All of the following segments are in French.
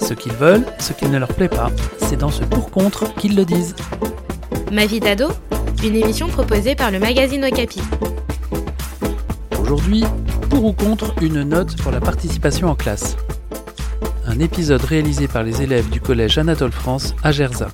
Ce qu'ils veulent, ce qui ne leur plaît pas, c'est dans ce pour-contre qu'ils le disent. Ma vie d'ado, une émission proposée par le magazine Okapi. Aujourd'hui, pour ou contre une note pour la participation en classe. Un épisode réalisé par les élèves du collège Anatole France à Gerza.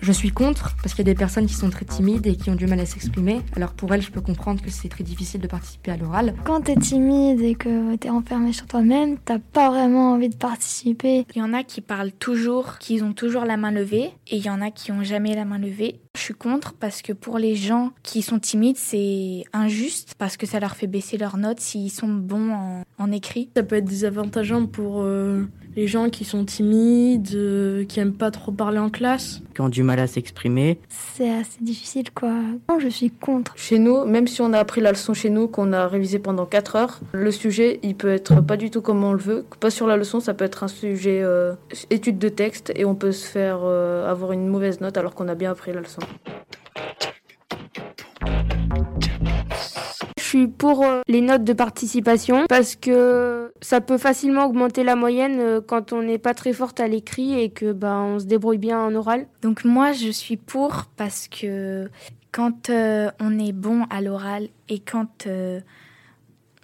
Je suis contre parce qu'il y a des personnes qui sont très timides et qui ont du mal à s'exprimer. Alors pour elles, je peux comprendre que c'est très difficile de participer à l'oral. Quand t'es timide et que t'es enfermé sur toi-même, t'as pas vraiment envie de participer. Il y en a qui parlent toujours, qui ont toujours la main levée, et il y en a qui ont jamais la main levée. Je suis contre parce que pour les gens qui sont timides, c'est injuste parce que ça leur fait baisser leurs notes s'ils sont bons en, en écrit. Ça peut être désavantageant pour euh, les gens qui sont timides, euh, qui aiment pas trop parler en classe. qui ont du mal à s'exprimer. C'est assez difficile quoi. Non, je suis contre. Chez nous, même si on a appris la leçon chez nous, qu'on a révisé pendant 4 heures, le sujet, il peut Mm. être pas du tout comme on le veut. Pas sur la leçon, ça peut être un sujet euh, étude de texte et on peut se faire euh, avoir une mauvaise note alors qu'on a bien appris la leçon. Je suis pour euh, les notes de participation parce que ça peut facilement augmenter la moyenne euh, quand on n'est pas très forte à l'écrit et que bah, on se débrouille bien en oral. Donc moi, je suis pour parce que quand euh, on est bon à l'oral et quand euh,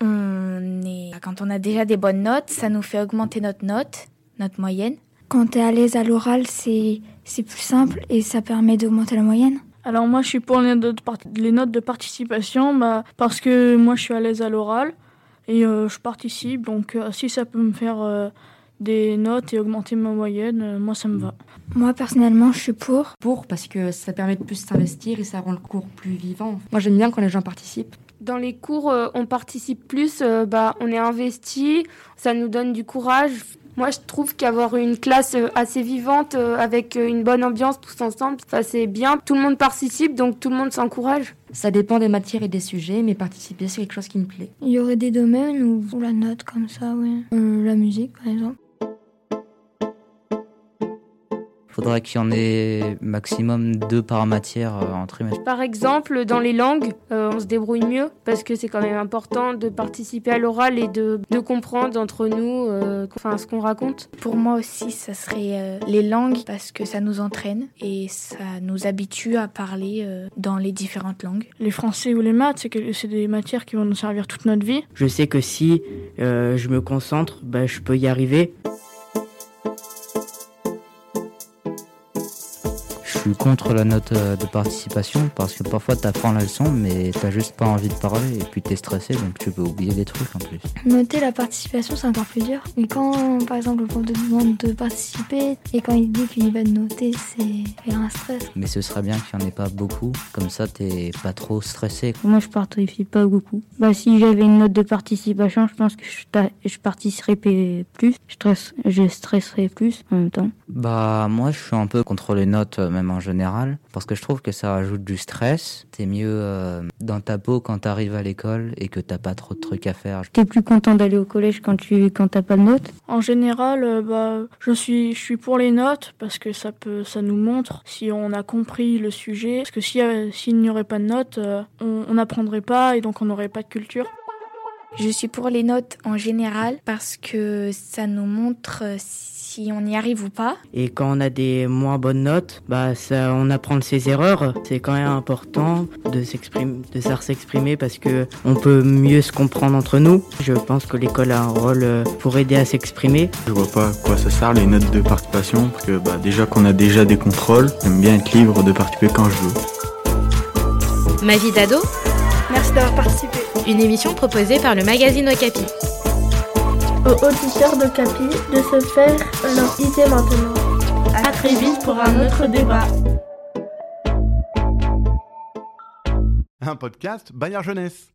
on est, bah, quand on a déjà des bonnes notes, ça nous fait augmenter notre note, notre moyenne. Quand t'es à l'aise à l'oral, c'est c'est plus simple et ça permet d'augmenter la moyenne. Alors moi je suis pour les notes de, part- les notes de participation bah, parce que moi je suis à l'aise à l'oral et euh, je participe donc euh, si ça peut me faire euh, des notes et augmenter ma moyenne, euh, moi ça me va. Moi personnellement, je suis pour. Pour parce que ça permet de plus s'investir et ça rend le cours plus vivant. Moi j'aime bien quand les gens participent. Dans les cours, euh, on participe plus, euh, bah, on est investi, ça nous donne du courage. Moi, je trouve qu'avoir une classe euh, assez vivante, euh, avec euh, une bonne ambiance tous ensemble, ça c'est bien. Tout le monde participe, donc tout le monde s'encourage. Ça dépend des matières et des sujets, mais participer c'est quelque chose qui me plaît. Il y aurait des domaines où, où la note comme ça, ouais. Euh, la musique par exemple. Faudrait qu'il y en ait maximum deux par matière euh, en trimestre. Par exemple, dans les langues, euh, on se débrouille mieux parce que c'est quand même important de participer à l'oral et de, de comprendre entre nous euh, enfin, ce qu'on raconte. Pour moi aussi, ça serait euh, les langues parce que ça nous entraîne et ça nous habitue à parler euh, dans les différentes langues. Les français ou les maths, c'est que- c'est des matières qui vont nous servir toute notre vie. Je sais que si euh, je me concentre, bah, je peux y arriver. Je suis contre la note euh, de participation parce que parfois t'apprends la leçon mais t'as juste pas envie de parler et puis t'es stressé donc tu peux oublier des trucs en plus. Noter la participation, c'est encore plus dur. Mais quand par exemple le prof te demande de participer et quand il dit qu'il va te noter, c'est un stress. Mais ce serait bien qu'il y en ait pas beaucoup, comme ça t'es pas trop stressé. Moi, je participe pas beaucoup. Bah, si j'avais une note de participation, je pense que je, ta- je participerais plus. Je, stress- je stresserais plus en même temps. Bah moi je suis un peu contre les notes euh, même en général parce que je trouve que ça rajoute du stress. T'es mieux euh, dans ta peau quand t'arrives à l'école et que t'as pas trop de trucs à faire. T'es plus content d'aller au collège quand tu quand t'as pas de notes. En général, euh, bah, je, suis, je suis pour les notes parce que ça, peut, ça nous montre si on a compris le sujet. Parce que si, euh, s'il n'y aurait pas de notes, euh, on n'apprendrait pas et donc on n'aurait pas de culture. Je suis pour les notes en général parce que ça nous montre euh, si on y arrive ou pas. Et quand on a des moins bonnes notes, bah ça, on apprend de ses erreurs. C'est quand même important de s'exprimer, de savoir s'exprimer parce que on peut mieux se comprendre entre nous. Je pense que l'école a un rôle euh, pour aider à s'exprimer. Je vois pas à quoi ça sert les notes de participation, parce que bah, déjà qu'on a déjà des contrôles, j'aime bien être libre de participer quand je veux. Ma vie d'ado, Merci d'avoir participé. une émission proposée par le magazine Okapi. Aux auditeurs de Capi de se faire leur idée maintenant. À très vite pour un autre débat. Un podcast Bayard Jeunesse.